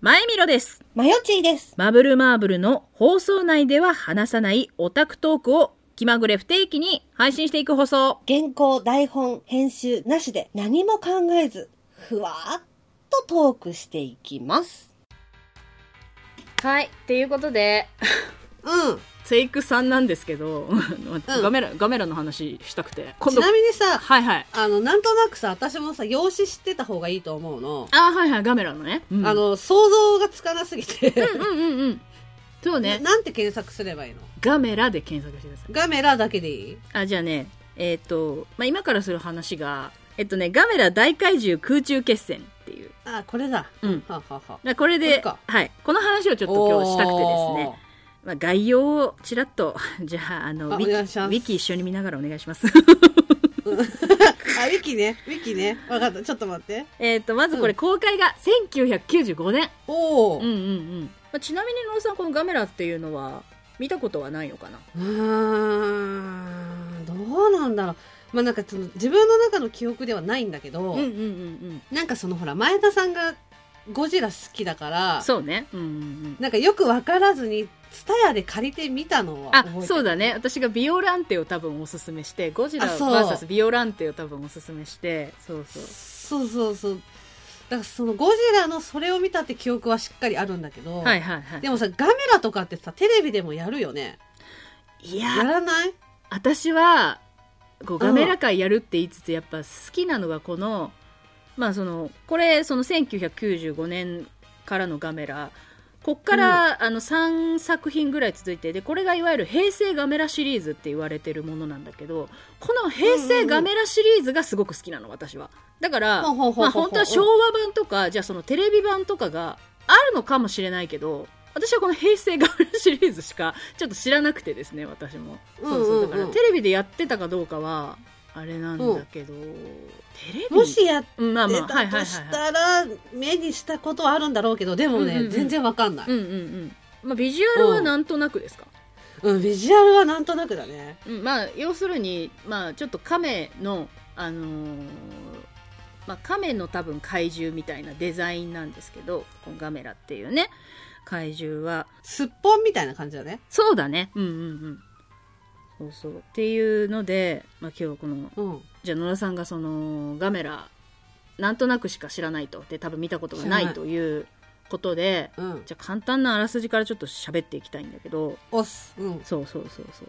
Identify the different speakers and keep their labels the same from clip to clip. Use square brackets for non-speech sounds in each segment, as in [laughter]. Speaker 1: 前見ろです。
Speaker 2: マヨチーです。
Speaker 1: マブルマーブルの放送内では話さないオタクトークを気まぐれ不定期に配信していく放送。
Speaker 2: 原稿、台本、編集なしで何も考えず、ふわーっとトークしていきます。
Speaker 1: はい。っていうことで、
Speaker 2: うん。
Speaker 1: セイクさんなんですけど、ガメラ、ガメラの話したくて。今
Speaker 3: ちなみにさ、
Speaker 1: はいはい。
Speaker 3: あの、なんとなくさ、私もさ、養子知ってた方がいいと思うの。
Speaker 1: あ、はいはい、ガメラのね。うん
Speaker 3: あ、の、想像がつかなすぎて、
Speaker 1: うんうんうん。そうね。
Speaker 3: [laughs] ななんて検索すればいいの
Speaker 1: ガメラで検索してください。
Speaker 3: ガメラだけでいい
Speaker 1: あ、じゃあね、えっ、と、まあ、今からする話が、えっとね、ガメラ大怪獣空中決戦っていう。
Speaker 3: あ、これだ。
Speaker 1: うん。
Speaker 3: ははは。
Speaker 1: まあこれ
Speaker 3: こ
Speaker 1: で
Speaker 3: れか
Speaker 1: はい、この話をちょっと今日したくてですね、まあ、概要をちらっと [laughs] じゃああの
Speaker 3: あ
Speaker 1: ウィキ
Speaker 3: お願いします
Speaker 1: ウィキ一緒に見ながらお願いします [laughs]
Speaker 3: おー。あ、ウィキね。ウィキね。わかった。ちょっと待って。
Speaker 1: えっとまずこれ公開が1995年、う
Speaker 3: お
Speaker 1: ん、
Speaker 3: ー。
Speaker 1: うんうんまあ、ちなみに野呂さんこの「ガメラ」っていうのは見たことはないのかな
Speaker 3: うーん。どうなんだろう。まあ、なんかその、自分の中の記憶ではないんだけど、
Speaker 1: うんうんうんうん
Speaker 3: なんかその、ほら、前田さんがゴジラ好きだから、
Speaker 1: そうねうんうん
Speaker 3: なんかよくわからずに、ツタヤで借りてみたのは
Speaker 1: うんあ
Speaker 3: 覚えてる
Speaker 1: そうだね私がビオランテを多分おすすめしてゴジラ
Speaker 3: あそう
Speaker 1: VS ビオランテを多分おすすめしてそうそう
Speaker 3: そうそうそうだからそのゴジラのそれを見たって記憶はしっかりあるんだけど、
Speaker 1: はいはいはい
Speaker 3: でもさガメラとかってさテレビでもやるよね
Speaker 1: いや
Speaker 3: やらない
Speaker 1: 私はこう
Speaker 3: うん
Speaker 1: ガメラ会やるって言いつつやっぱ好きなのがこのまあそのこれその1995年からのガメラこっから、あの3作品ぐらい続いてでこれがいわゆる平成ガメラシリーズって言われてるものなんだけどこの平成ガメラシリーズがすごく好きなの私はだから
Speaker 3: ほうほうほ
Speaker 1: ま
Speaker 3: うほ
Speaker 1: あ
Speaker 3: う
Speaker 1: 本当は昭和版とかじゃあそのテレビ版とかがあるのかもしれないけど私はこの平成ガメラシリーズしかちょっと知らなくてですね私もそうそううんだ
Speaker 3: うんうん
Speaker 1: からテレビでやってたかどうかはあれなんだけど、テレビ
Speaker 3: もしやって
Speaker 1: うんまあまあはい
Speaker 3: た
Speaker 1: はい
Speaker 3: と
Speaker 1: は
Speaker 3: し
Speaker 1: いはい
Speaker 3: たら目にしたことはあるんだろうけどでもね、
Speaker 1: うんうんうん
Speaker 3: 全然わかんない、
Speaker 1: うんうんうんまあビジュアルはなんとなくですか、
Speaker 3: うん、ビジュアルはなんとなくだね
Speaker 1: うん、まあ要するにまあちょっと亀のあのーまあ、亀の多分怪獣みたいなデザインなんですけどこのガメラっていうね怪獣は
Speaker 3: すっぽんみたいな感じだね
Speaker 1: そうだねうんうんうんそうそうっていうので、まあ、今日この
Speaker 3: うん
Speaker 1: じゃあ野田さんがそのガメラなんとなくしか知らないとで多分見たことがな
Speaker 3: 知ら
Speaker 1: い
Speaker 3: ない
Speaker 1: ということで
Speaker 3: うん
Speaker 1: じゃあ簡単なあらすじからちょっと喋っていきたいんだけど
Speaker 3: おすうん
Speaker 1: そうそうそうそう、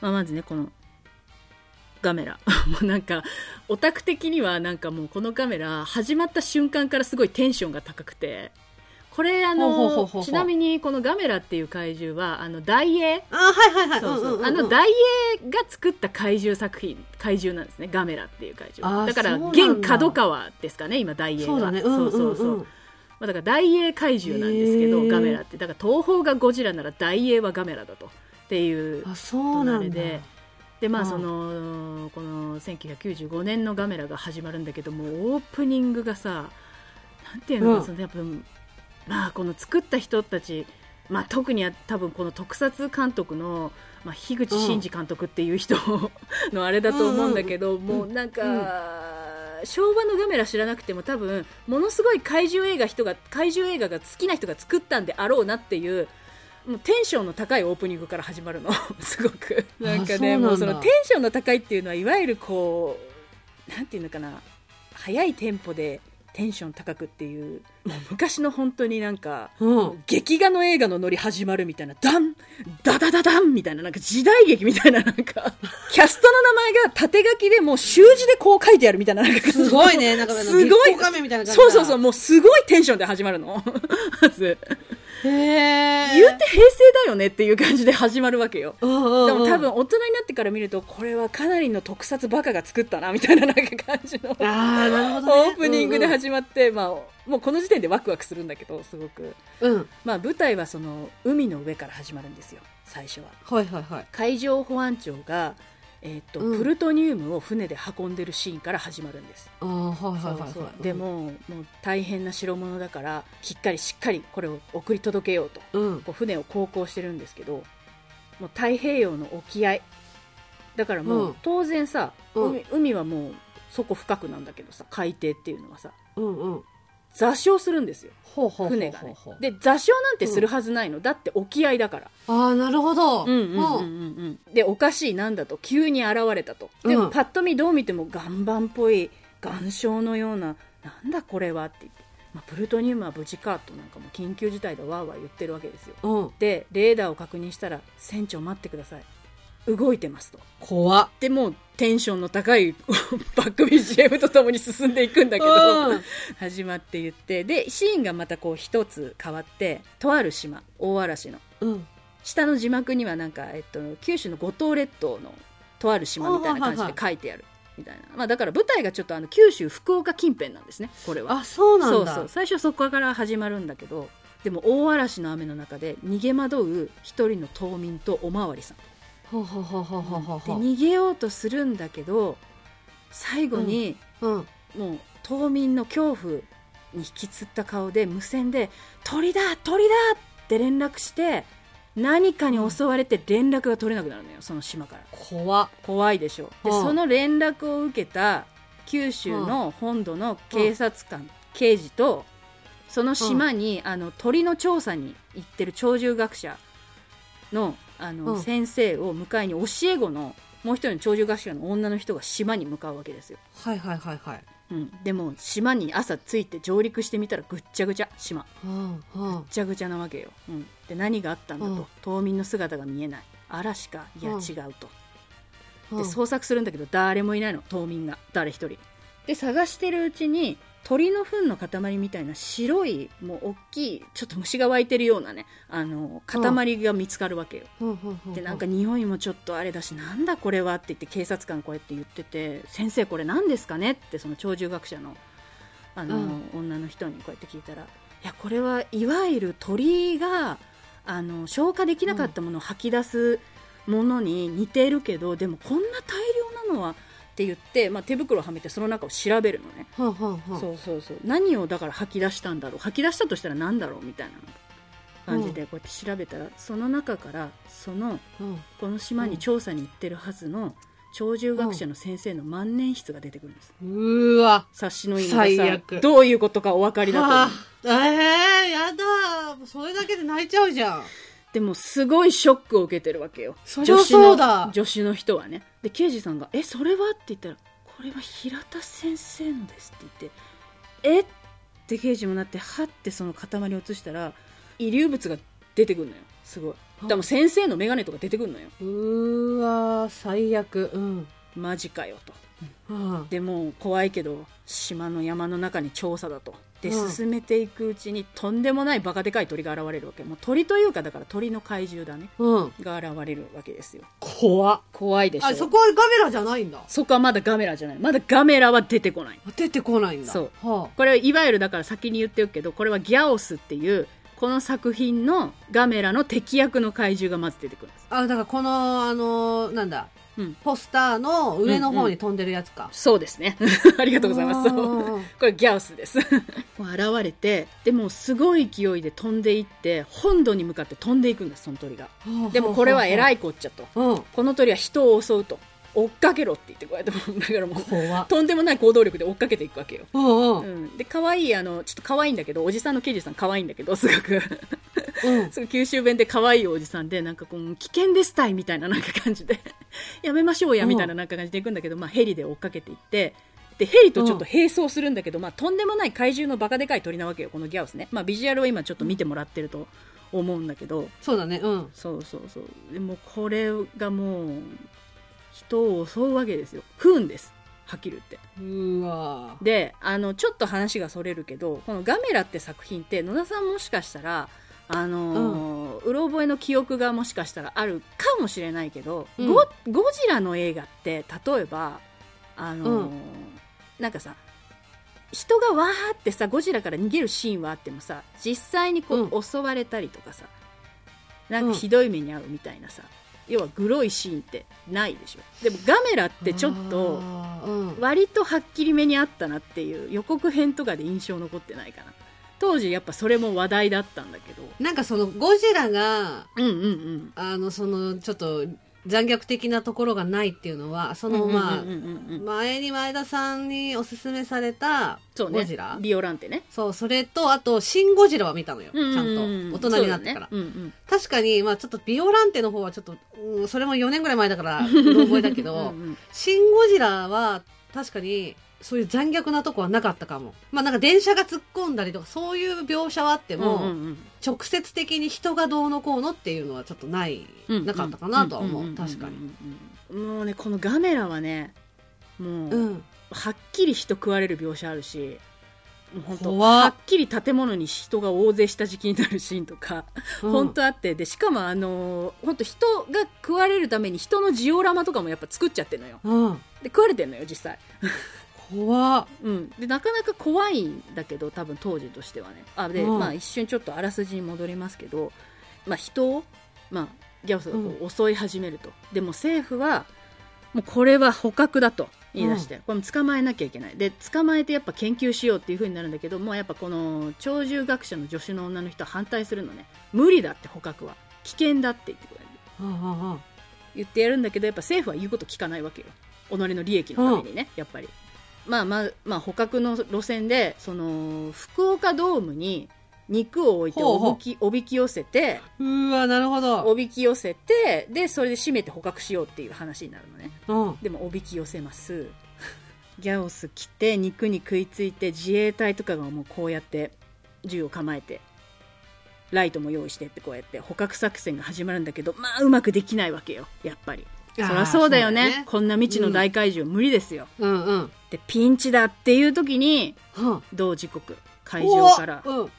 Speaker 1: まあ、まずねこのガメラ [laughs] もうなんかオタク的にはなんかもうこのガメラ始まった瞬間からすごいテンションが高くてこれあ
Speaker 3: ほうほうほうほ
Speaker 1: の
Speaker 3: う
Speaker 1: ちなみにこのガメラっていう怪獣はあの大英
Speaker 3: あはいはいはい
Speaker 1: そうそう、
Speaker 3: んんん
Speaker 1: あのダイエーが作った怪獣作品怪獣なんですねガメラっていう怪獣
Speaker 3: あー
Speaker 1: だから
Speaker 3: そうなんだ
Speaker 1: 現角川ですかね今ダイエーが
Speaker 3: そうだねうん
Speaker 1: そううんそううんそう、まあ、だからダイエー怪獣なんですけど
Speaker 3: へー
Speaker 1: ガメラってだから東宝がゴジラならダイエーはガメラだとっていう
Speaker 3: あそうなん
Speaker 1: 隣
Speaker 3: だ
Speaker 1: ででまあ
Speaker 3: うん
Speaker 1: そのこの1995年のガメラが始まるんだけどもオープニングがさなんていうのかな、
Speaker 3: うん
Speaker 1: そのやっぱまあこの作った人たちまあ特に多分この特撮監督の、まあ、樋口真嗣監督っていう人のあれだと思うんだけど、もうなんか、昭和のガメラ知らなくても多分ものすごい怪獣映画人が怪獣映画が好きな人が作ったんであろうなっていうもうテンションの高いオープニングから始まるの [laughs] すごくなんか
Speaker 3: そう
Speaker 1: ね
Speaker 3: なんだ
Speaker 1: もうそのテンションの高いっていうのはいわゆるこうなんていうのかな速いテンポでテンション高くっていうもう昔の本当になんか
Speaker 3: うん
Speaker 1: 劇画の映画のノリ始まるみたいな、ダンダダダダンみたいな、なんか時代劇みたいな、なんか、キャストの名前が縦書きでもう習字でこう書いてあるみたいな、なんか、
Speaker 3: すごいねなんかあの
Speaker 1: すごい
Speaker 3: 月光仮面みたいな感じだ
Speaker 1: そうそうそう、もうすごいテンションで始まるの。 [laughs] まず、
Speaker 3: へえ
Speaker 1: 言うて平成だよねっていう感じで始まるわけよ。
Speaker 3: で
Speaker 1: でも
Speaker 3: も
Speaker 1: 多分大人になってから見ると、これはかなりの特撮バカが作ったな、みたいななんか感じの。
Speaker 3: ああ、なるほど、ね。
Speaker 1: オープニングで
Speaker 3: うん
Speaker 1: 始まって、まあ、もうこの時点でワクワクするんだけど、すごく。
Speaker 3: うん、うん。
Speaker 1: まあ、舞台はその、海の上から始まるんですよ、最初は。
Speaker 3: はいはいはい。
Speaker 1: 海上保安庁が、えーと
Speaker 3: うん
Speaker 1: プルトニウムを船で運んでるシーンから始まるんです、
Speaker 3: ああ、はいはいはい、
Speaker 1: そう
Speaker 3: は
Speaker 1: そう
Speaker 3: い。
Speaker 1: で、も,、もう大変な代物だからきっかりしっかりこれを送り届けようと
Speaker 3: うん。
Speaker 1: こう船を航行してるんですけどもう太平洋の沖合だからもう、
Speaker 3: うん
Speaker 1: 当然さ
Speaker 3: うん
Speaker 1: 海海はもうそこ深くなんだけどさ海底っていうのはさ
Speaker 3: うんうん。
Speaker 1: 座礁するんですよ
Speaker 3: ほうほうほうほう
Speaker 1: 船がねで座礁なんてするはずないの、だって沖合だから
Speaker 3: ああなるほど、
Speaker 1: うんうんうんうん
Speaker 3: は
Speaker 1: うん、でおかしいなんだと急に現れたとでも、
Speaker 3: うん
Speaker 1: パッと見どう見ても岩盤っぽい岩礁のようななんだこれはって言って、まあ、プルトニウムは無事かとなんかもう緊急事態だわーわー言ってるわけですよ
Speaker 3: あうん
Speaker 1: でレーダーを確認したら「船長待ってください動いてます」と。
Speaker 3: 怖っ
Speaker 1: でもうテンションの高い [laughs] バックビー CM とともに進んでいくんだけど、
Speaker 3: うん
Speaker 1: 始まって言ってでシーンがまたこう一つ変わってとある島大嵐の
Speaker 3: うん
Speaker 1: 下の字幕にはなんか、えっと、九州の五島列島のとある島みたいな感じで書いてあるみたいな、まあ、だから舞台がちょっとあの九州福岡近辺なんですねこれは
Speaker 3: あそうなんだ
Speaker 1: そうそう最初そこから始まるんだけどでも大嵐の雨の中で逃げ惑う一人の島民とおまわりさん
Speaker 3: ほうほうほうほうほうほう
Speaker 1: で
Speaker 3: ほう
Speaker 1: 逃げようとするんだけど最後に
Speaker 3: うん
Speaker 1: もう島民の恐怖に引きつった顔で無線で「鳥だ鳥だ!」って連絡して何かに襲われて連絡が取れなくなるのよその島から
Speaker 3: 怖っ
Speaker 1: 怖いでしょで
Speaker 3: うん
Speaker 1: その連絡を受けた九州の本土の警察官刑事とその島にあの鳥の調査に行ってる鳥獣学者のあ
Speaker 3: う
Speaker 1: の
Speaker 3: ん
Speaker 1: 先生を迎えに教え子のもう一人の鳥獣学者の女の人が島に向かうわけですよ
Speaker 3: はいはいはいはい
Speaker 1: うん、でも島に朝着いて上陸してみたらぐっちゃぐちゃ島ぐっ
Speaker 3: うんうん
Speaker 1: ちゃぐちゃなわけよ、うん、で何があったんだと、
Speaker 3: うん
Speaker 1: 島民の姿が見えない嵐かいや
Speaker 3: うん
Speaker 1: 違うと、
Speaker 3: うん
Speaker 1: で捜索するんだけど誰もいないの島民が誰一人で探してるうちに鳥の糞の塊みたいな白いもう大きいちょっと虫が湧いてるようなねあの塊が見つかるわけよ、
Speaker 3: うんうんうん
Speaker 1: でなんか匂いもちょっとあれだしなんだこれはって言って警察官こうやって言ってて先生これ何ですかねってその鳥獣学者のあの、女の人にこうやって聞いたらいやこれはいわゆる鳥があの消化できなかったものを吐き出すものに似てるけど、でもこんな大量なのはって言って、まあ、手袋をはめてその中を調べるのね、
Speaker 3: うんうんうん
Speaker 1: そうそうそう何をだから吐き出したんだろう吐き出したとしたら何だろうみたいな感じでこうやって調べたら、その中からその
Speaker 3: うん
Speaker 1: この島に調査に行ってるはずの鳥獣学者の先生の万年筆が出てくるんです、
Speaker 3: うーわ
Speaker 1: 冊子の意味
Speaker 3: 最
Speaker 1: がさ
Speaker 3: 悪
Speaker 1: どういうことかお分かりだと思う、
Speaker 3: はあええやだそれだけで泣いちゃうじゃん
Speaker 1: でもすごいショックを受けてるわけよ
Speaker 3: そりゃそうだ
Speaker 1: 女子の女子の人はねで刑事さんが「えそれは?」って言ったら「これは平田先生のです」って言って「えっ?」て刑事もなってはってその塊を移したら遺留物が出てくるのよすごいでもう先生の眼鏡とか出てくるのよ
Speaker 3: うーわ最悪うん
Speaker 1: マジかよと
Speaker 3: うん
Speaker 1: でもう怖いけど島の山の中に調査だとで
Speaker 3: うん
Speaker 1: 進めていくうちにとんでもないバカでかい鳥が現れるわけもう鳥というかだから鳥の怪獣だね
Speaker 3: うん
Speaker 1: が現れるわけですよ
Speaker 3: 怖っ
Speaker 1: 怖いでしょ
Speaker 3: あそこはガメラじゃないんだ
Speaker 1: そこはまだガメラじゃないまだガメラは出てこない
Speaker 3: 出てこないんだ
Speaker 1: そう
Speaker 3: は
Speaker 1: これいわゆるだから先に言っておくけどこれはギャオスっていうこの作品のガメラの敵役の怪獣がまず出てくるんです
Speaker 3: あ、あだからこのあのなんだ、
Speaker 1: うん
Speaker 3: ポスターの上の方に飛んでるやつか、
Speaker 1: そうですね [laughs] ありがとうございます
Speaker 3: うんうんうん
Speaker 1: [laughs] これギャオスですもう現れてでもうすごい勢いで飛んでいって本土に向かって飛んでいくんですその鳥が [laughs] でもこれは偉
Speaker 3: い、
Speaker 1: いこっちゃと
Speaker 3: うん、
Speaker 1: この鳥は人を襲うと追っかけろって言ってこうやってもう [laughs] だからもう
Speaker 3: 怖っ
Speaker 1: とんでもない行動力で追っかけていくわけよ、
Speaker 3: うんう
Speaker 1: うんん、で可愛いあのちょっと可愛いんだけどおじさんの刑事さん可愛いんだけどすごく
Speaker 3: うん
Speaker 1: すごい九州弁で可愛いおじさんでなんかこう危険ですたいみたいななんか感じで [laughs] やめましょうやみたいななんか感じで行くんだけど、まあ、ヘリで追っかけていってでヘリとちょっと並走するんだけど、まあ、とんでもない怪獣のバカでかい鳥なわけよこのギャオスね、まあ、ビジュアルを今ちょっと見てもらってると思うんだけど
Speaker 3: そうだねうん
Speaker 1: そうそうそうでもこれがもう人を襲うわけですよ不運ですはっきり言って
Speaker 3: うーわ
Speaker 1: であのちょっと話がそれるけどこの「ガメラ」って作品って野田さんもしかしたらあのーうろ覚えの記憶がもしかしたらあるかもしれないけど、
Speaker 3: うん
Speaker 1: ゴゴジラの映画って例えばあのー
Speaker 3: うん
Speaker 1: なんかさ人がわーってさゴジラから逃げるシーンはあってもさ実際にこう、
Speaker 3: う
Speaker 1: 襲われたりとかさなんかひどい目に遭うみたいなさ、要はグロいシーンってないでしょでもガメラってちょっと
Speaker 3: あーうん
Speaker 1: 割とはっきりめにあったなっていう予告編とかで印象残ってないかな当時やっぱそれも話題だったんだけど
Speaker 3: なんかそのゴジラが
Speaker 1: うんうんうん
Speaker 3: あのそのちょっと残虐的なところがないっていうのはそのまあ前に前田さんにおすすめされた「
Speaker 1: そうね
Speaker 3: ゴジラ」
Speaker 1: ビオランテね
Speaker 3: そうそれとあと「シン・ゴジラ」は見たのよち
Speaker 1: う
Speaker 3: ゃ
Speaker 1: うんう
Speaker 3: と大人になってから、
Speaker 1: そうだねうんうん
Speaker 3: 確かにまあちょっとビオランテの方はちょっと、うん、それも4年ぐらい前
Speaker 1: [laughs]
Speaker 3: だからうろ覚えだけど
Speaker 1: うんうん
Speaker 3: シン・ゴジラは確かにそういう残虐なとこはなかったかも。まあなんか電車が突っ込んだりとかそういう描写はあっても、
Speaker 1: うんうんうん
Speaker 3: 直接的に人がどうのこうのっていうのはちょっとない、なかったかなとは思う。確かに。
Speaker 1: にもうねこのガメラはねもう、
Speaker 3: うん。
Speaker 1: はっきり人食われる描写あるしもう本当
Speaker 3: 怖っ
Speaker 1: はっきり建物に人が大勢下敷きになるシーンとか、本当あってでしかもあのー本当人が食われるために人のジオラマとかもやっぱ作っちゃってるのよ
Speaker 3: うん。
Speaker 1: で食われてるのよ実際、
Speaker 3: 怖っ。
Speaker 1: うん、でなかなか怖いんだけど多分当時としてはねあで、
Speaker 3: うん
Speaker 1: まあ、一瞬ちょっとあらすじに戻りますけど、まあ、人を、まあ、ギャオスがこう襲い始めると、でも政府はもうこれは捕獲だと言い出して、これも捕まえなきゃいけないで捕まえてやっぱ研究しようっていう風になるんだけどもうやっぱこの鳥獣学者の助手の女の人は反対するのね無理だって捕獲は危険だって言ってくれる
Speaker 3: うんうんうん
Speaker 1: 言ってやるんだけどやっぱ政府は言うこと聞かないわけよ己の利益のためにね、やっぱりまあまあまあ捕獲の路線でその福岡ドームに肉を置いて
Speaker 3: ほうほう
Speaker 1: おびきおびき寄せて
Speaker 3: うわ、なるほど。
Speaker 1: おびき寄せてでそれで締めて捕獲しようっていう話になるのね
Speaker 3: うん。
Speaker 1: でもおびき寄せますギャオス来て肉に食いついて自衛隊とかがもうこうやって銃を構えてライトも用意してってこうやって捕獲作戦が始まるんだけどまあうまくできないわけよやっぱりそりゃそうだよねこんな未知の大怪獣、無理ですよ
Speaker 3: うんうん。
Speaker 1: でピンチだっていう時に
Speaker 3: うん。
Speaker 1: 同時刻海上から
Speaker 3: おうん。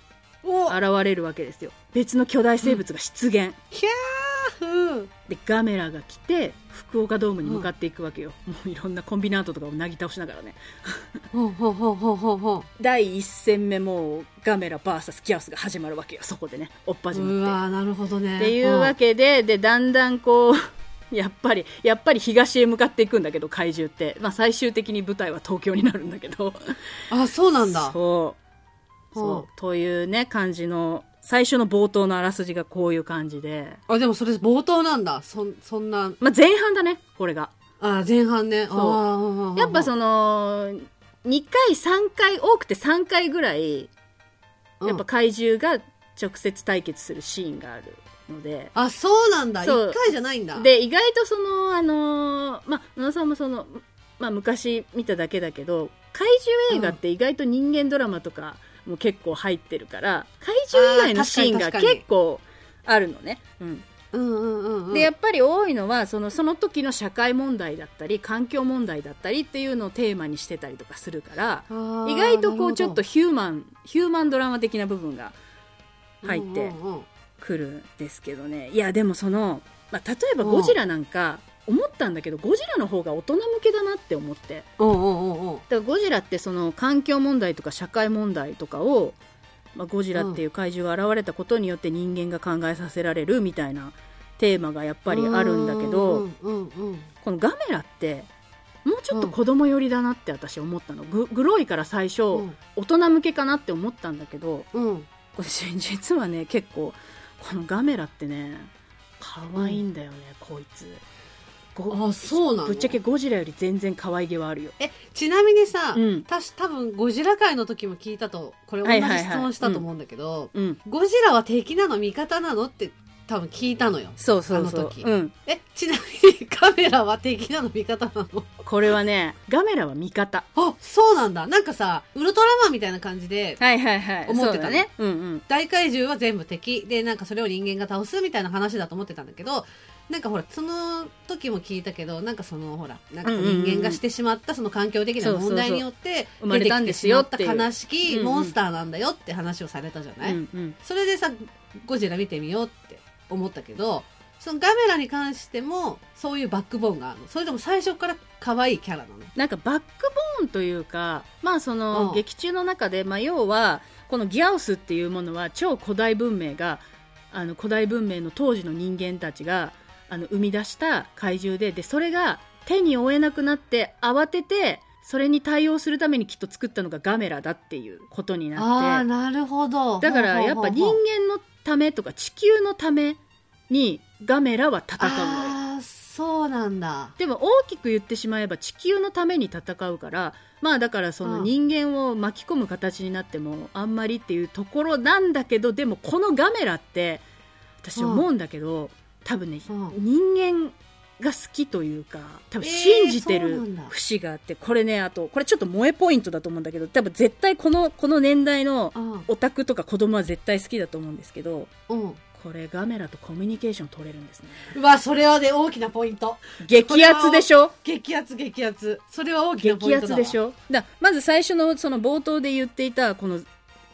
Speaker 3: おあ
Speaker 1: 現れるわけですよ別の巨大生物が出現、
Speaker 3: ひゃーうん。
Speaker 1: でガメラが来て福岡ドームに向かっていくわけよ、もういろんなコンビナートとかをなぎ倒しながらね
Speaker 3: ほうほうほうほうほうほ
Speaker 1: 第1戦目もうガメラ VS ギャオスが始まるわけよそこでね追っ
Speaker 3: う。
Speaker 1: 始
Speaker 3: う
Speaker 1: まっ
Speaker 3: わ、なるほどね。
Speaker 1: てっていうわけででだんだんこう [laughs] やっぱりやっぱり東へ向かっていくんだけど怪獣って、まあ、最終的に舞台は東京になるんだけど
Speaker 3: うん。あ、そうなん
Speaker 1: そう
Speaker 3: だ。ほ
Speaker 1: そうというね感じの最初の冒頭のあらすじがこういう感じで、
Speaker 3: あ、でもそれ冒頭なんだ。そん、そんな、
Speaker 1: まあ、前半だねこれが
Speaker 3: あ、前半
Speaker 1: う
Speaker 3: ね。あーうんうんうん
Speaker 1: やっぱその2回3回多くて3回ぐらい
Speaker 3: うん
Speaker 1: やっぱ怪獣が直接対決するシーンがあるので、
Speaker 3: あ、そうなんだ。
Speaker 1: そう
Speaker 3: 一回じゃないんだ。、
Speaker 1: で意外とそのあのーまあ野田さんもその、まあ、昔見ただけだけど怪獣映画って意外と人間ドラマとかも結構入ってるから怪獣以外のシーン
Speaker 3: あ
Speaker 1: が
Speaker 3: ー確かに確かに
Speaker 1: 結構あるのね。うん
Speaker 3: うんうんうんうん。
Speaker 1: でやっぱり多いのはそのその時の社会問題だったり環境問題だったりっていうのをテーマにしてたりとかするから
Speaker 3: あー
Speaker 1: 意外とこ
Speaker 3: なるほ
Speaker 1: う
Speaker 3: ど
Speaker 1: ちょっとヒューマンヒューマンドラマ的な部分が入って。
Speaker 3: うんうんうん
Speaker 1: 来るんですけどねいやでもその、まあ、例えば
Speaker 3: うん
Speaker 1: ゴジラなんか思ったんだけどゴジラの方が大人向けだなって思って
Speaker 3: うんうんうんうん
Speaker 1: だからゴジラってその環境問題とか社会問題とかを、まあ、ゴジラっていう怪獣が現れたことによって人間が考えさせられるみたいなテーマがやっぱりあるんだけど、
Speaker 3: うんうんうん
Speaker 1: このガメラってもうちょっと子供寄りだなって私思ったの、ググロいから最初、
Speaker 3: うん
Speaker 1: 大人向けかなって思ったんだけど
Speaker 3: うん
Speaker 1: これ実はね結構このガメラってね可愛いんだよね、こいつ
Speaker 3: あそうなの
Speaker 1: ぶっちゃけゴジラより全然可愛げはあるよ
Speaker 3: えちなみにさ、
Speaker 1: うん
Speaker 3: たし多分ゴジラ界の時も聞いたとこれ同
Speaker 1: はい
Speaker 3: じ
Speaker 1: はいはい
Speaker 3: 質問したと思うんだけど、
Speaker 1: うん
Speaker 3: ゴジラは敵なの味方なのって多分聞いたのよ
Speaker 1: そう
Speaker 3: そうそう
Speaker 1: うん、
Speaker 3: えちなみにカメラは敵なの味方なの
Speaker 1: これはねガメラは味方
Speaker 3: あそうなんだなんかさウルトラマンみたいな感じで
Speaker 1: はいはいはい
Speaker 3: 思ってた
Speaker 1: そうだねうんうん
Speaker 3: 大怪獣は全部敵でなんかそれを人間が倒すみたいな話だと思ってたんだけどなんかほらその時も聞いたけどなんかそのほらなんか
Speaker 1: うんうんうん
Speaker 3: 人間がしてしまったその環境的な問題によって
Speaker 1: そうそうそう
Speaker 3: 出てきてしまっ
Speaker 1: 生
Speaker 3: た
Speaker 1: まれたん
Speaker 3: 悲
Speaker 1: で
Speaker 3: しき
Speaker 1: うんうん
Speaker 3: モンスターなんだよって話をされたじゃない、
Speaker 1: うんうん
Speaker 3: それでさゴジラ見てみようって思ったけどそのガメラに関してもそういうバックボーンがあるのそれでも最初から可愛いキャラなの
Speaker 1: なんかバックボーンというか、まあ、そ
Speaker 3: うん
Speaker 1: の劇中の中で、まあ、要はこのギャオスっていうものは超古代文明があの古代文明の当時の人間たちがあの生み出した怪獣ででそれが手に負えなくなって慌ててそれに対応するためにきっと作ったのがガメラだっていうことに
Speaker 3: ああ
Speaker 1: な
Speaker 3: ー
Speaker 1: って
Speaker 3: なるほど
Speaker 1: だからやっぱ人
Speaker 3: 間
Speaker 1: 間のためとか地球のためにガメラは戦うのよ。
Speaker 3: ああーそうなんだ。
Speaker 1: でも大きく言ってしまえば地球のために戦うからまあだからその
Speaker 3: うん
Speaker 1: 人間を巻き込む形になってもあんまりっていうところなんだけどでもこのガメラって私思うんだけど多分ね
Speaker 3: うん
Speaker 1: 人間が好きというか多分
Speaker 3: えー
Speaker 1: 信じて
Speaker 3: そうな
Speaker 1: る
Speaker 3: んだ
Speaker 1: 節があってこれねあとこれちょっと萌えポイントだと思うんだけど多分絶対このこの年代の
Speaker 3: あ
Speaker 1: オタクとか子供は絶対好きだと思うんですけど
Speaker 3: うん。
Speaker 1: これガメラとコミュニケーション取れるんですね
Speaker 3: うわ、それはね、大きなポイント。
Speaker 1: 激アツでしょ
Speaker 3: 激アツ、激アツ。それは大きなポ
Speaker 1: 激
Speaker 3: イン
Speaker 1: ア
Speaker 3: ト
Speaker 1: ツ
Speaker 3: だ。
Speaker 1: でし
Speaker 3: ょ。
Speaker 1: ょだまず最初のその冒頭で言っていたこの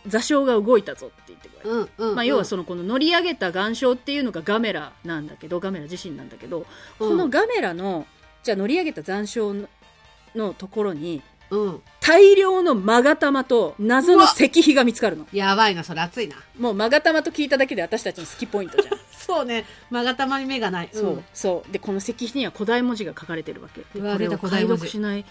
Speaker 1: 座礁が動いたぞって言ってくれる、
Speaker 3: うん、うん。
Speaker 1: まあ、要はそのこの乗り上げた岩礁っていうのがガメラなんだけどガメラ自身なんだけど、
Speaker 3: うん
Speaker 1: この、ガメラのじゃあ乗り上げた岩礁ののところに
Speaker 3: うん。
Speaker 1: 大量のマガタマと謎の石碑が見つかるの
Speaker 3: やばいな、それ熱いな。
Speaker 1: もうマガタマと聞いただけで私たちの好きポイントじゃん
Speaker 3: そうね、まがたまに目がない。ん
Speaker 1: そう、そうでこの石碑には古代文字が書かれてるわけで
Speaker 3: うわ
Speaker 1: これ
Speaker 3: 出
Speaker 1: を
Speaker 3: た古代
Speaker 1: 解
Speaker 3: 文字
Speaker 1: 読しない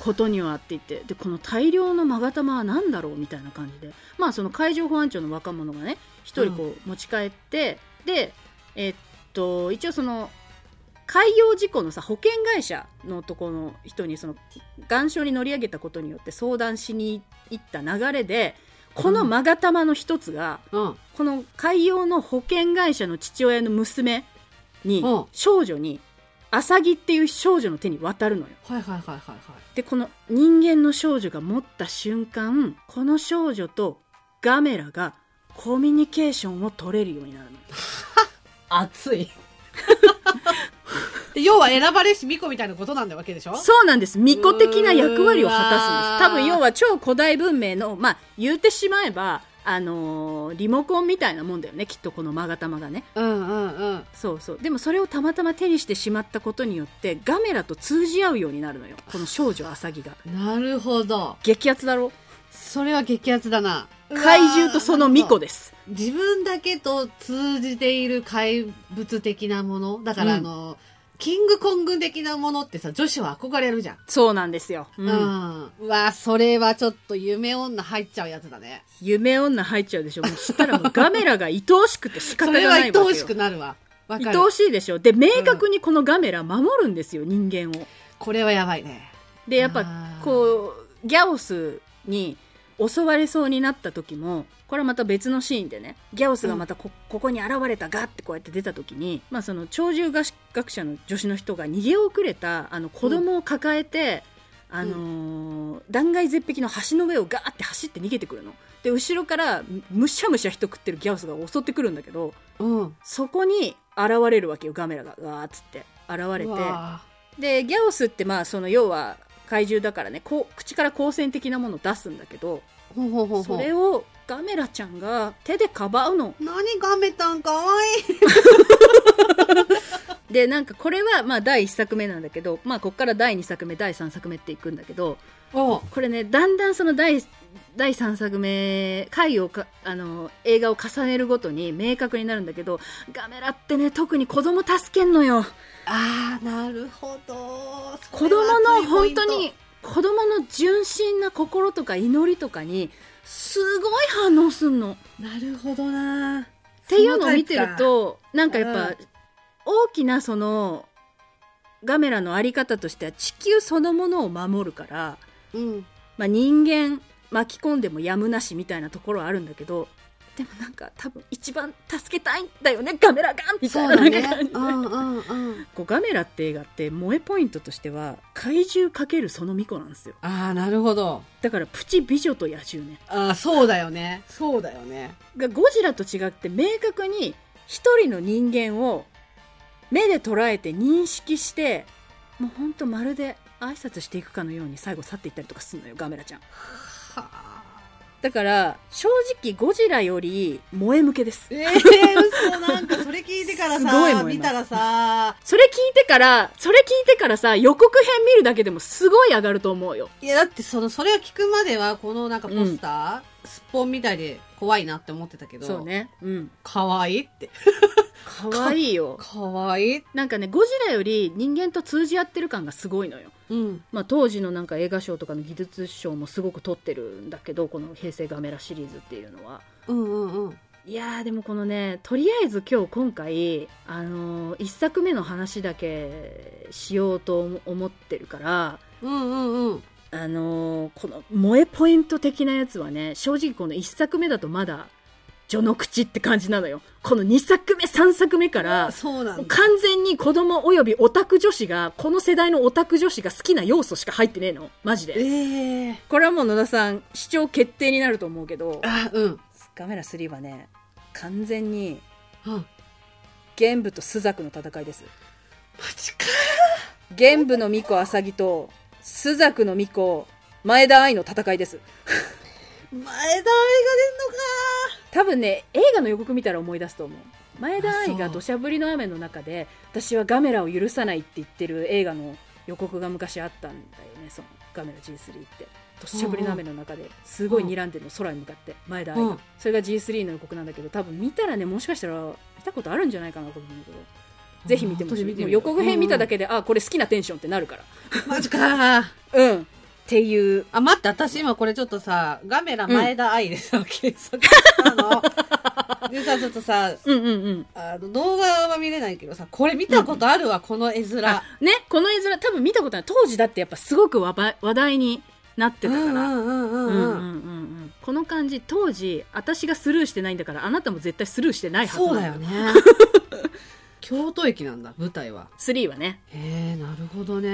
Speaker 1: ことにはって言ってでこの大量の勾玉は何だろうみたいな感じでまあその海上保安庁の若者がね一人こう持ち帰って、でえっと一応その海洋事故のさ保険会社のとこの人にその岩礁に乗り上げたことによって相談しに行った流れでこの勾玉の一つが、
Speaker 3: うん。
Speaker 1: この海洋の保険会社の父親の娘に、
Speaker 3: うん
Speaker 1: 少女にアサギっていう少女の手に渡るのよ
Speaker 3: はいはいはいはいはい。
Speaker 1: でこの人間の少女が持った瞬間この少女とガメラがコミュニケーションを取れるようになるの
Speaker 3: 熱い。 [laughs] で要は選ばれし巫女みたいなことなんだわけでしょ
Speaker 1: そうなんです巫女的な役割を果た
Speaker 3: うーわー
Speaker 1: すんです多分要は超古代文明のまあ言ってしまえばあのーリモコンみたいなもんだよねきっとこの勾玉がね
Speaker 3: う。うんうんうん。
Speaker 1: そうそうでもそれをたまたま手にしてしまったことによってガメラと通じ合うようになるのよこの少女アサギが
Speaker 3: なるほど。
Speaker 1: 激アツだろ
Speaker 3: それは激アツだな。
Speaker 1: 怪獣とその巫女
Speaker 3: で。
Speaker 1: です
Speaker 3: 自分だけと通じている怪物的なもの。だから
Speaker 1: うん
Speaker 3: あの、キングコング的なものってさ、女子は憧れるじゃん。
Speaker 1: そうなんですよ、う
Speaker 3: うんん。うわ、それはちょっと夢女入っちゃうやつだね。
Speaker 1: 夢女入っちゃうでしょもうしたらもうガメラが愛おしくて仕
Speaker 3: そ
Speaker 1: 方がな
Speaker 3: れ
Speaker 1: い
Speaker 3: は
Speaker 1: わけ
Speaker 3: 愛
Speaker 1: よ
Speaker 3: おしくなるわ。わか
Speaker 1: 愛
Speaker 3: る。
Speaker 1: おしいでしょで明確にこのガメラ守るんですよ人間を
Speaker 3: これはやばいね。
Speaker 1: でやっぱ
Speaker 3: あー
Speaker 1: こうギャオスに襲われそうになった時もこれはまた別のシーンでねギャオスがまたこ,、ここに現れたがってこうやって出た時に、まあ、その鳥獣学者の女子の人が逃げ遅れたあの子供を抱えて、あのー断崖絶壁の橋の上をガーって走って逃げてくるの。で後ろからむむしゃむしゃ人食ってるギャオスが襲ってくるんだけど
Speaker 3: うん。
Speaker 1: そこに現れるわけよガメラがガーッつって現れ
Speaker 3: う
Speaker 1: て。
Speaker 3: わ
Speaker 1: でギャオスってまあその要は怪獣だからねこう口から光線的なものを出すんだけど
Speaker 3: ほうほうほうほ
Speaker 1: そうれをガメラちゃんが手でかばうの
Speaker 3: 何ガメたんかわいい
Speaker 1: でなんかこれはまあ第1作目なんだけどまあここから第2作目第3作目っていくんだけど
Speaker 3: おう
Speaker 1: これねだんだんその第第3作目回をかあの映画を重ねるごとに明確になるんだけどガメラってね特に子供助けんのよ
Speaker 3: ああなるほど
Speaker 1: 子供の本当に子供の純真な心とか祈りとかにすごい反応すんの。
Speaker 3: なるほどなっ
Speaker 1: っていうのを見てるとなんかやっぱ、
Speaker 3: うん
Speaker 1: 大きなそのガメラの在り方としては地球そのものを守るから、
Speaker 3: うん
Speaker 1: まあ、人間巻き込んでもやむなしみたいなところはあるんだけどでもなんか多分一番助けたいんだよねガメラがみ
Speaker 3: そ
Speaker 1: たいうな
Speaker 3: だ
Speaker 1: な
Speaker 3: ね
Speaker 1: んか感じで
Speaker 3: うんうんうん
Speaker 1: [laughs] こうガメラって映画って萌えポイントとしては怪獣かけるその巫女なんですよ
Speaker 3: ああなるほど
Speaker 1: だからプチ美女と野獣ね
Speaker 3: ああそうだよねそうだよね
Speaker 1: がゴジラと違って明確に一人の人間を目で捉えて認識してもうほんとまるで挨拶していくかのように最後去っていったりとかするのよガメラちゃん
Speaker 3: はあ
Speaker 1: だから正直ゴジラより萌え向けです
Speaker 3: ええー、嘘なんかそれ聞いてから
Speaker 1: すごい
Speaker 3: さ
Speaker 1: 思います
Speaker 3: 見たらさ
Speaker 1: それ聞いてからそれ聞いてからさ予告編見るだけでもすごい上がると思うよ
Speaker 3: いやだってそのそれを聞くまではこのなんかポスター、すっぽんみたいで怖いなって思ってたけど
Speaker 1: そうねうん
Speaker 3: 可愛いって
Speaker 1: かわいいよ
Speaker 3: 可愛いい
Speaker 1: なんかねゴジラより人間と通じ合ってる感がすごいのよ
Speaker 3: うん
Speaker 1: まあ、当時のなんか映画賞とかの技術賞もすごく取ってるんだけどこの「平成ガメラ」シリーズっていうのは
Speaker 3: うんうんうん
Speaker 1: いいやーでもこのねとりあえず今日今回、あのー、1作目の話だけしようと思ってるから、
Speaker 3: うんうんうん
Speaker 1: あのーこの萌えポイント的なやつはね正直この1作目だとまだ序の口って感じなのよこの2作目3作目から
Speaker 3: そうな
Speaker 1: もうん
Speaker 3: だ
Speaker 1: 完全に子供およびオタク女子がこの世代のオタク女子が好きな要素しか入ってねえのマジで
Speaker 3: ええ
Speaker 1: これはもう野田さん視聴決定になると思うけど
Speaker 3: あうん
Speaker 1: ガメラ3はね完全に
Speaker 3: うん
Speaker 1: 玄武と朱雀の戦いです
Speaker 3: マジか
Speaker 1: 玄武の巫女浅木と朱雀の巫女前田愛の戦いです
Speaker 3: 前田愛が
Speaker 1: 多分ね映画の予告見たら思い出すと思う前田愛が土砂降りの雨の中で私はガメラを許さないって言ってる映画の予告が昔あったんだよねそのガメラ G3 って土砂降りの雨の中ですごい睨んでるの空に向かって前田愛
Speaker 3: う
Speaker 1: が
Speaker 3: ん
Speaker 1: それが G3 の予告なんだけど多分見たらねもしかしたら見たことあるんじゃないかなと思うんだけどぜひ見てほしい
Speaker 3: 本当に見てみ
Speaker 1: も
Speaker 3: よう
Speaker 1: う予告編見ただけで、あこれ好きなテンションってなるから
Speaker 3: 出んのかマジか
Speaker 1: うんっていう
Speaker 3: あ、待って、私今これちょっとさ、ガメラ前田愛でさ、検索した [laughs] の。でさ、ちょっとさ、
Speaker 1: うんうんうん
Speaker 3: あの動画は見れないけどさ、これ見たことあるわ、この絵面。
Speaker 1: あねこの絵面多分見たことない当時だってやっぱすごく話ば話題になってたから、
Speaker 3: うんうん
Speaker 1: う
Speaker 3: うんうん
Speaker 1: うんうん
Speaker 3: ん。
Speaker 1: うんこの感じ当時私がスルーしてないんだからあなたも絶対スルーしてないはず
Speaker 3: そうだ
Speaker 1: なん
Speaker 3: よね。 [laughs] 京都駅なんだ、舞台は。
Speaker 1: 3はね
Speaker 3: へえ、なるほど
Speaker 1: い
Speaker 3: ね。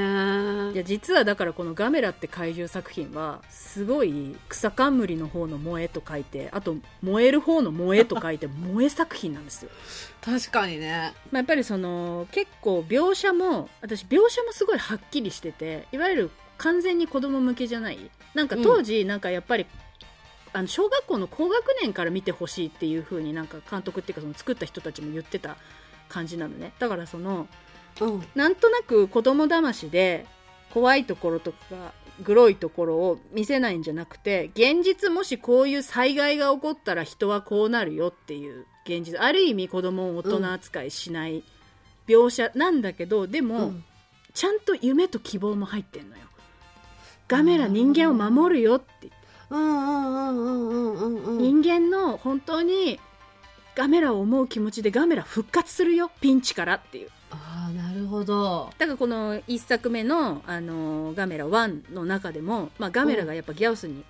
Speaker 1: や実はだからこの「ガメラ」って怪獣作品はすごい草冠の方の「萌え」と書いてあと燃える方の「萌え」と書いて「 [laughs] 萌え」作品なんですよ、
Speaker 3: 確かにね。
Speaker 1: まあ、やっぱりその結構描写も私描写もすごいはっきりしてていわゆる完全に子供向けじゃないなんか当時なんかやっぱり、あの小学校の高学年から見てほしいっていう風になんか監督っていうかその作った人たちも言ってた感じなのねだからその
Speaker 3: うん。
Speaker 1: なんとなく子供騙しで怖いところとかグロいところを見せないんじゃなくて現実もしこういう災害が起こったら人はこうなるよっていう現実ある意味子供を大人扱いしない描写なんだけど、で
Speaker 3: う
Speaker 1: も、
Speaker 3: ん
Speaker 1: ちゃんと夢と希望も入ってんのよガメラ人間を守るよって言って
Speaker 3: うんうんうんうんうんうん。
Speaker 1: 人間の本当にガメラを思う気持ちでガメラ復活するよピンチからっていう
Speaker 3: ああ、なるほど。
Speaker 1: だからこの1作目の「あのーガメラ1」の中でも、まあ、ガメラがやっぱギャオスに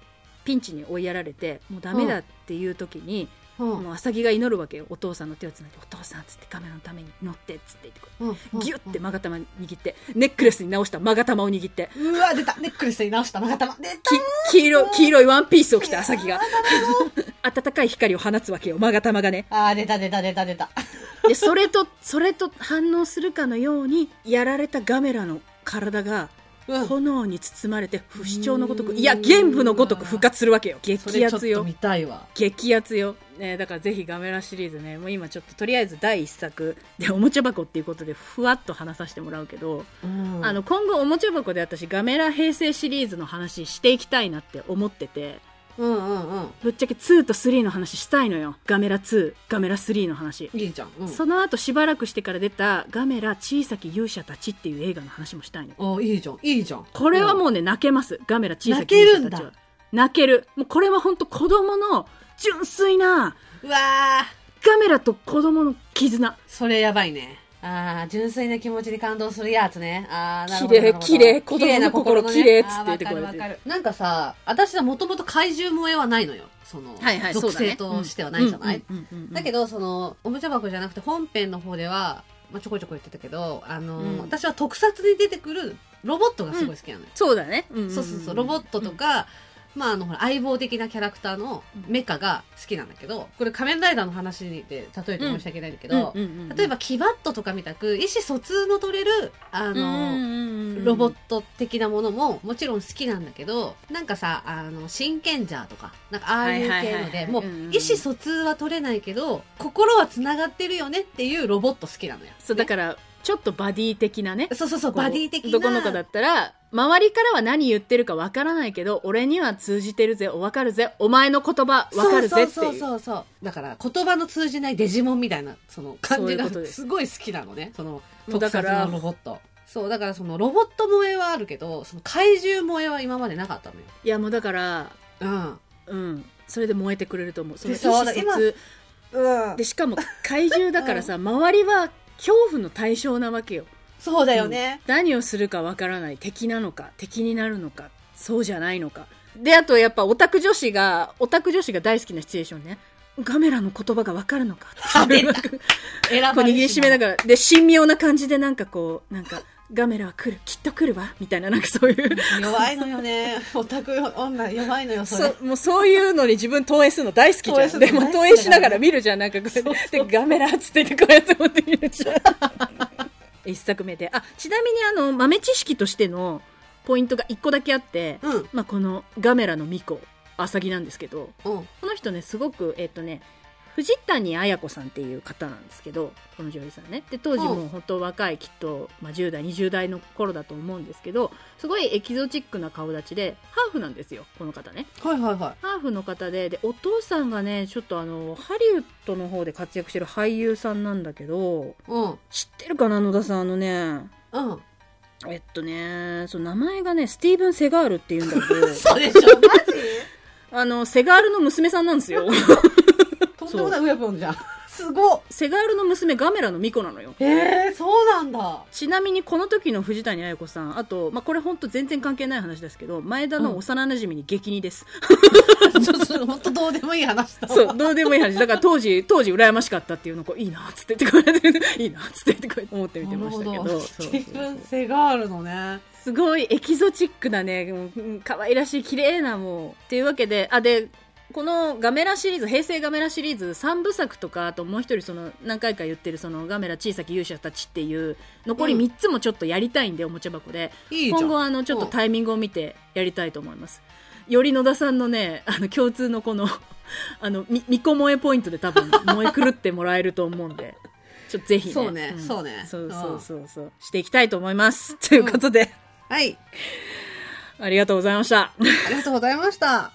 Speaker 1: ピンチに追いやられてもうダメだっていう時に、
Speaker 3: うん
Speaker 1: もうアサギが祈るわけよお父さんの手をつないで「お父さん」っつってガメラのために乗ってっつって言ってこ
Speaker 3: うん
Speaker 1: うギュッて勾玉握ってネックレスに直した勾玉を握って
Speaker 3: うわ、出た。ネックレスに直した。まがたま。出た。
Speaker 1: き黄色い黄色いワンピースを着たアサギが [laughs] 暖かい光を放つわけよ勾玉がね
Speaker 3: ああ、出た出た出た出た。
Speaker 1: でそれとそれと反応するかのようにやられたガメラの体が
Speaker 3: うん
Speaker 1: 炎に包まれて不死鳥のごと
Speaker 3: う
Speaker 1: く
Speaker 3: ん
Speaker 1: いや玄武のごとく復活するわけよ
Speaker 3: そ
Speaker 1: 激
Speaker 3: れちょっ
Speaker 1: 圧
Speaker 3: と
Speaker 1: よ
Speaker 3: 見たいわ。
Speaker 1: 激圧よ、ね、だからぜひガメラシリーズねもう今ちょっととりあえず第一作でおもちゃ箱っていうことでふわっと話させてもらうけど、
Speaker 3: うん
Speaker 1: あの今後おもちゃ箱で私ガメラ平成シリーズの話していきたいなって思ってて
Speaker 3: うんうんうん。
Speaker 1: ぶっちゃけ2と3の話したいのよガメラ2ガメラ3の話
Speaker 3: いいじゃん。うん、
Speaker 1: その後しばらくしてから出た「ガメラ小さき勇者たち」っていう映画の話もしたいの
Speaker 3: あいいじゃん。いいじゃん。
Speaker 1: これは
Speaker 3: う
Speaker 1: もうね泣けますガメラ小さ
Speaker 3: 泣
Speaker 1: き
Speaker 3: ける
Speaker 1: 勇者
Speaker 3: んだ。
Speaker 1: たちは泣けるもうこれは本当子供の純粋なん
Speaker 3: うわー
Speaker 1: ガメラと子供の絆
Speaker 3: それやばいね。ああ、純粋な気持ちに感動するやつね。ああ、なるほ
Speaker 1: 綺
Speaker 3: ど
Speaker 1: 麗
Speaker 3: な
Speaker 1: 綺麗
Speaker 3: るほど。
Speaker 1: 子供の
Speaker 3: 綺麗な
Speaker 1: 心
Speaker 3: ね
Speaker 1: 綺麗っつって言って
Speaker 3: あーわ
Speaker 1: こう
Speaker 3: かる
Speaker 1: やって
Speaker 3: わかるなんかさ、私はもともと怪獣萌えはないのよ。その、属性としてはないじゃない、だけ
Speaker 1: ど
Speaker 3: ど、その、おもちゃ箱じゃなくて本編の方では、まあ、ちょこちょこ言ってたけど、あのー
Speaker 1: うん
Speaker 3: 私は特撮に出てくるロボットがすごい好きなのよ。
Speaker 1: そうだね
Speaker 3: そうそうそう、ロボットと
Speaker 1: か
Speaker 3: か、まあ、あの、ほら、相棒的なキャラクターのメカが好きなんだけど、これ仮面ライダーの話で例えて申し訳ないんだけど、例えば、キバットとかみたく、意思疎通の取れる、あの、ロボット的なものももちろん好きなんだけど、なんかさ、あの、真剣ジャーとか、なんかああいう系の
Speaker 1: はいはいはい
Speaker 3: で、
Speaker 1: はい
Speaker 3: もう
Speaker 1: うんうん
Speaker 3: 意思疎通は取れないけど、心は繋がってるよねっていうロボット好きなのよ。
Speaker 1: そうだ
Speaker 3: ね
Speaker 1: からちょっとバディ的なね
Speaker 3: そうそうそう、バディ的な。
Speaker 1: どこの子だったら周りからは何言ってるかわからないけど俺には通じてるぜわかるぜお前の言葉わかるぜって
Speaker 3: そうそう
Speaker 1: いう
Speaker 3: そうそうだから言葉の通じないデジモンみたいなその感じ
Speaker 1: そうい
Speaker 3: が
Speaker 1: うことです
Speaker 3: すごい好きなのねその
Speaker 1: もう
Speaker 3: 特
Speaker 1: だか
Speaker 3: 撮
Speaker 1: ら
Speaker 3: のロボットそうだからそのロボット萌えはあるけどその怪獣萌えは今までなかったのよ
Speaker 1: いやもうだから
Speaker 3: うん
Speaker 1: うん、それで燃えてくれると思う。その
Speaker 3: でしょ
Speaker 1: 意思疎通
Speaker 3: うん
Speaker 1: でしかも怪獣だからさ、周りは恐怖の対象なわけよ
Speaker 3: そうだよね。
Speaker 1: 何をするかわからない敵なのか敵になるのかそうじゃないのかであとやっぱオタク女子がオタク女子が大好きなシチュエーションねガメラの言葉がわかるのかっていう
Speaker 3: 選ば
Speaker 1: こう
Speaker 3: れ
Speaker 1: 握りしめながらで神妙な感じでなんかこうなんかガメラは来るきっと来るわみたいななんかそういう
Speaker 3: 弱いのよね。オタク女弱いのよ、そ
Speaker 1: そ
Speaker 3: れ。
Speaker 1: うもうそういうのに自分投影するの大好きじゃ
Speaker 3: 投影す
Speaker 1: ん
Speaker 3: る
Speaker 1: で
Speaker 3: の
Speaker 1: も
Speaker 3: 大好き
Speaker 1: 投影しながら見るじゃんなんかこうやってでガメラっつって言ってこうやって持って見るじゃん一作目であちなみにあの豆知識としてのポイントが一個だけあって、
Speaker 3: うん。
Speaker 1: まあ、このガメラの巫女アサギなんですけど
Speaker 3: うん。
Speaker 1: この人ねすごくえっ、とね藤谷綾子さんっていう方なんですけどこの女優さんねで当時
Speaker 3: うん
Speaker 1: もう本当若いきっと、まあ、10代20代の頃だと思うんですけどすごいエキゾチックな顔立ちでハーフなんですよこの方ね
Speaker 3: はいはいは
Speaker 1: ハーフの方ででお父さんがねちょっとあのハリウッドの方で活躍してる俳優さんなんだけど
Speaker 3: い。うん。
Speaker 1: 知ってるかな野田さんあのね
Speaker 3: うん。
Speaker 1: えっとねその名前がねスティーブン・セガールっていうんだけど
Speaker 3: そうでしょマジ
Speaker 1: あのセガールの娘さんなんですよ [laughs]
Speaker 3: とんでもないウェポンじゃん。すごっ
Speaker 1: セガールの娘ガメラの巫女なのよ
Speaker 3: へえそうなん [laughs] だ。
Speaker 1: ちなみにこの時の藤谷綾子さんあと、まあ、これ本当全然関係ない話ですけど前田の幼なじみに激似です、
Speaker 3: ちょっと本当どうでもいい話だわ。
Speaker 1: そうどうでもいい話だから当時当時羨ましかったっていうのをこういいなっつって言ってこうやっていいなっつって言ってこうやって思って見てましたけど
Speaker 3: なるほ
Speaker 1: そう
Speaker 3: スティーブン・セガールのね。
Speaker 1: すごいエキゾチックなねもううん可愛らしい綺麗なもうっていうわけであでこのガメラシリーズ平成ガメラシリーズ3部作とかあともう一人その何回か言ってるそのガメラ小さき勇者たちっていう残り
Speaker 3: うん
Speaker 1: 3つもちょっとやりたいんで、おもちゃ箱で
Speaker 3: いいじゃん。
Speaker 1: 今後あのちょっとタイミングを見てやりたいと思います。より野田さんのね、 [laughs] あの共通のこの [laughs] あのみみこ萌えポイントで多分燃え狂ってもらえると思うんで、ちょっとぜひね。
Speaker 3: そうね
Speaker 1: ん
Speaker 3: そうね
Speaker 1: そう
Speaker 3: うん
Speaker 1: そうそうそうしていきたいと思います。ということで、
Speaker 3: はい。
Speaker 1: [laughs] ありがとうございました。
Speaker 3: ありがとうございました。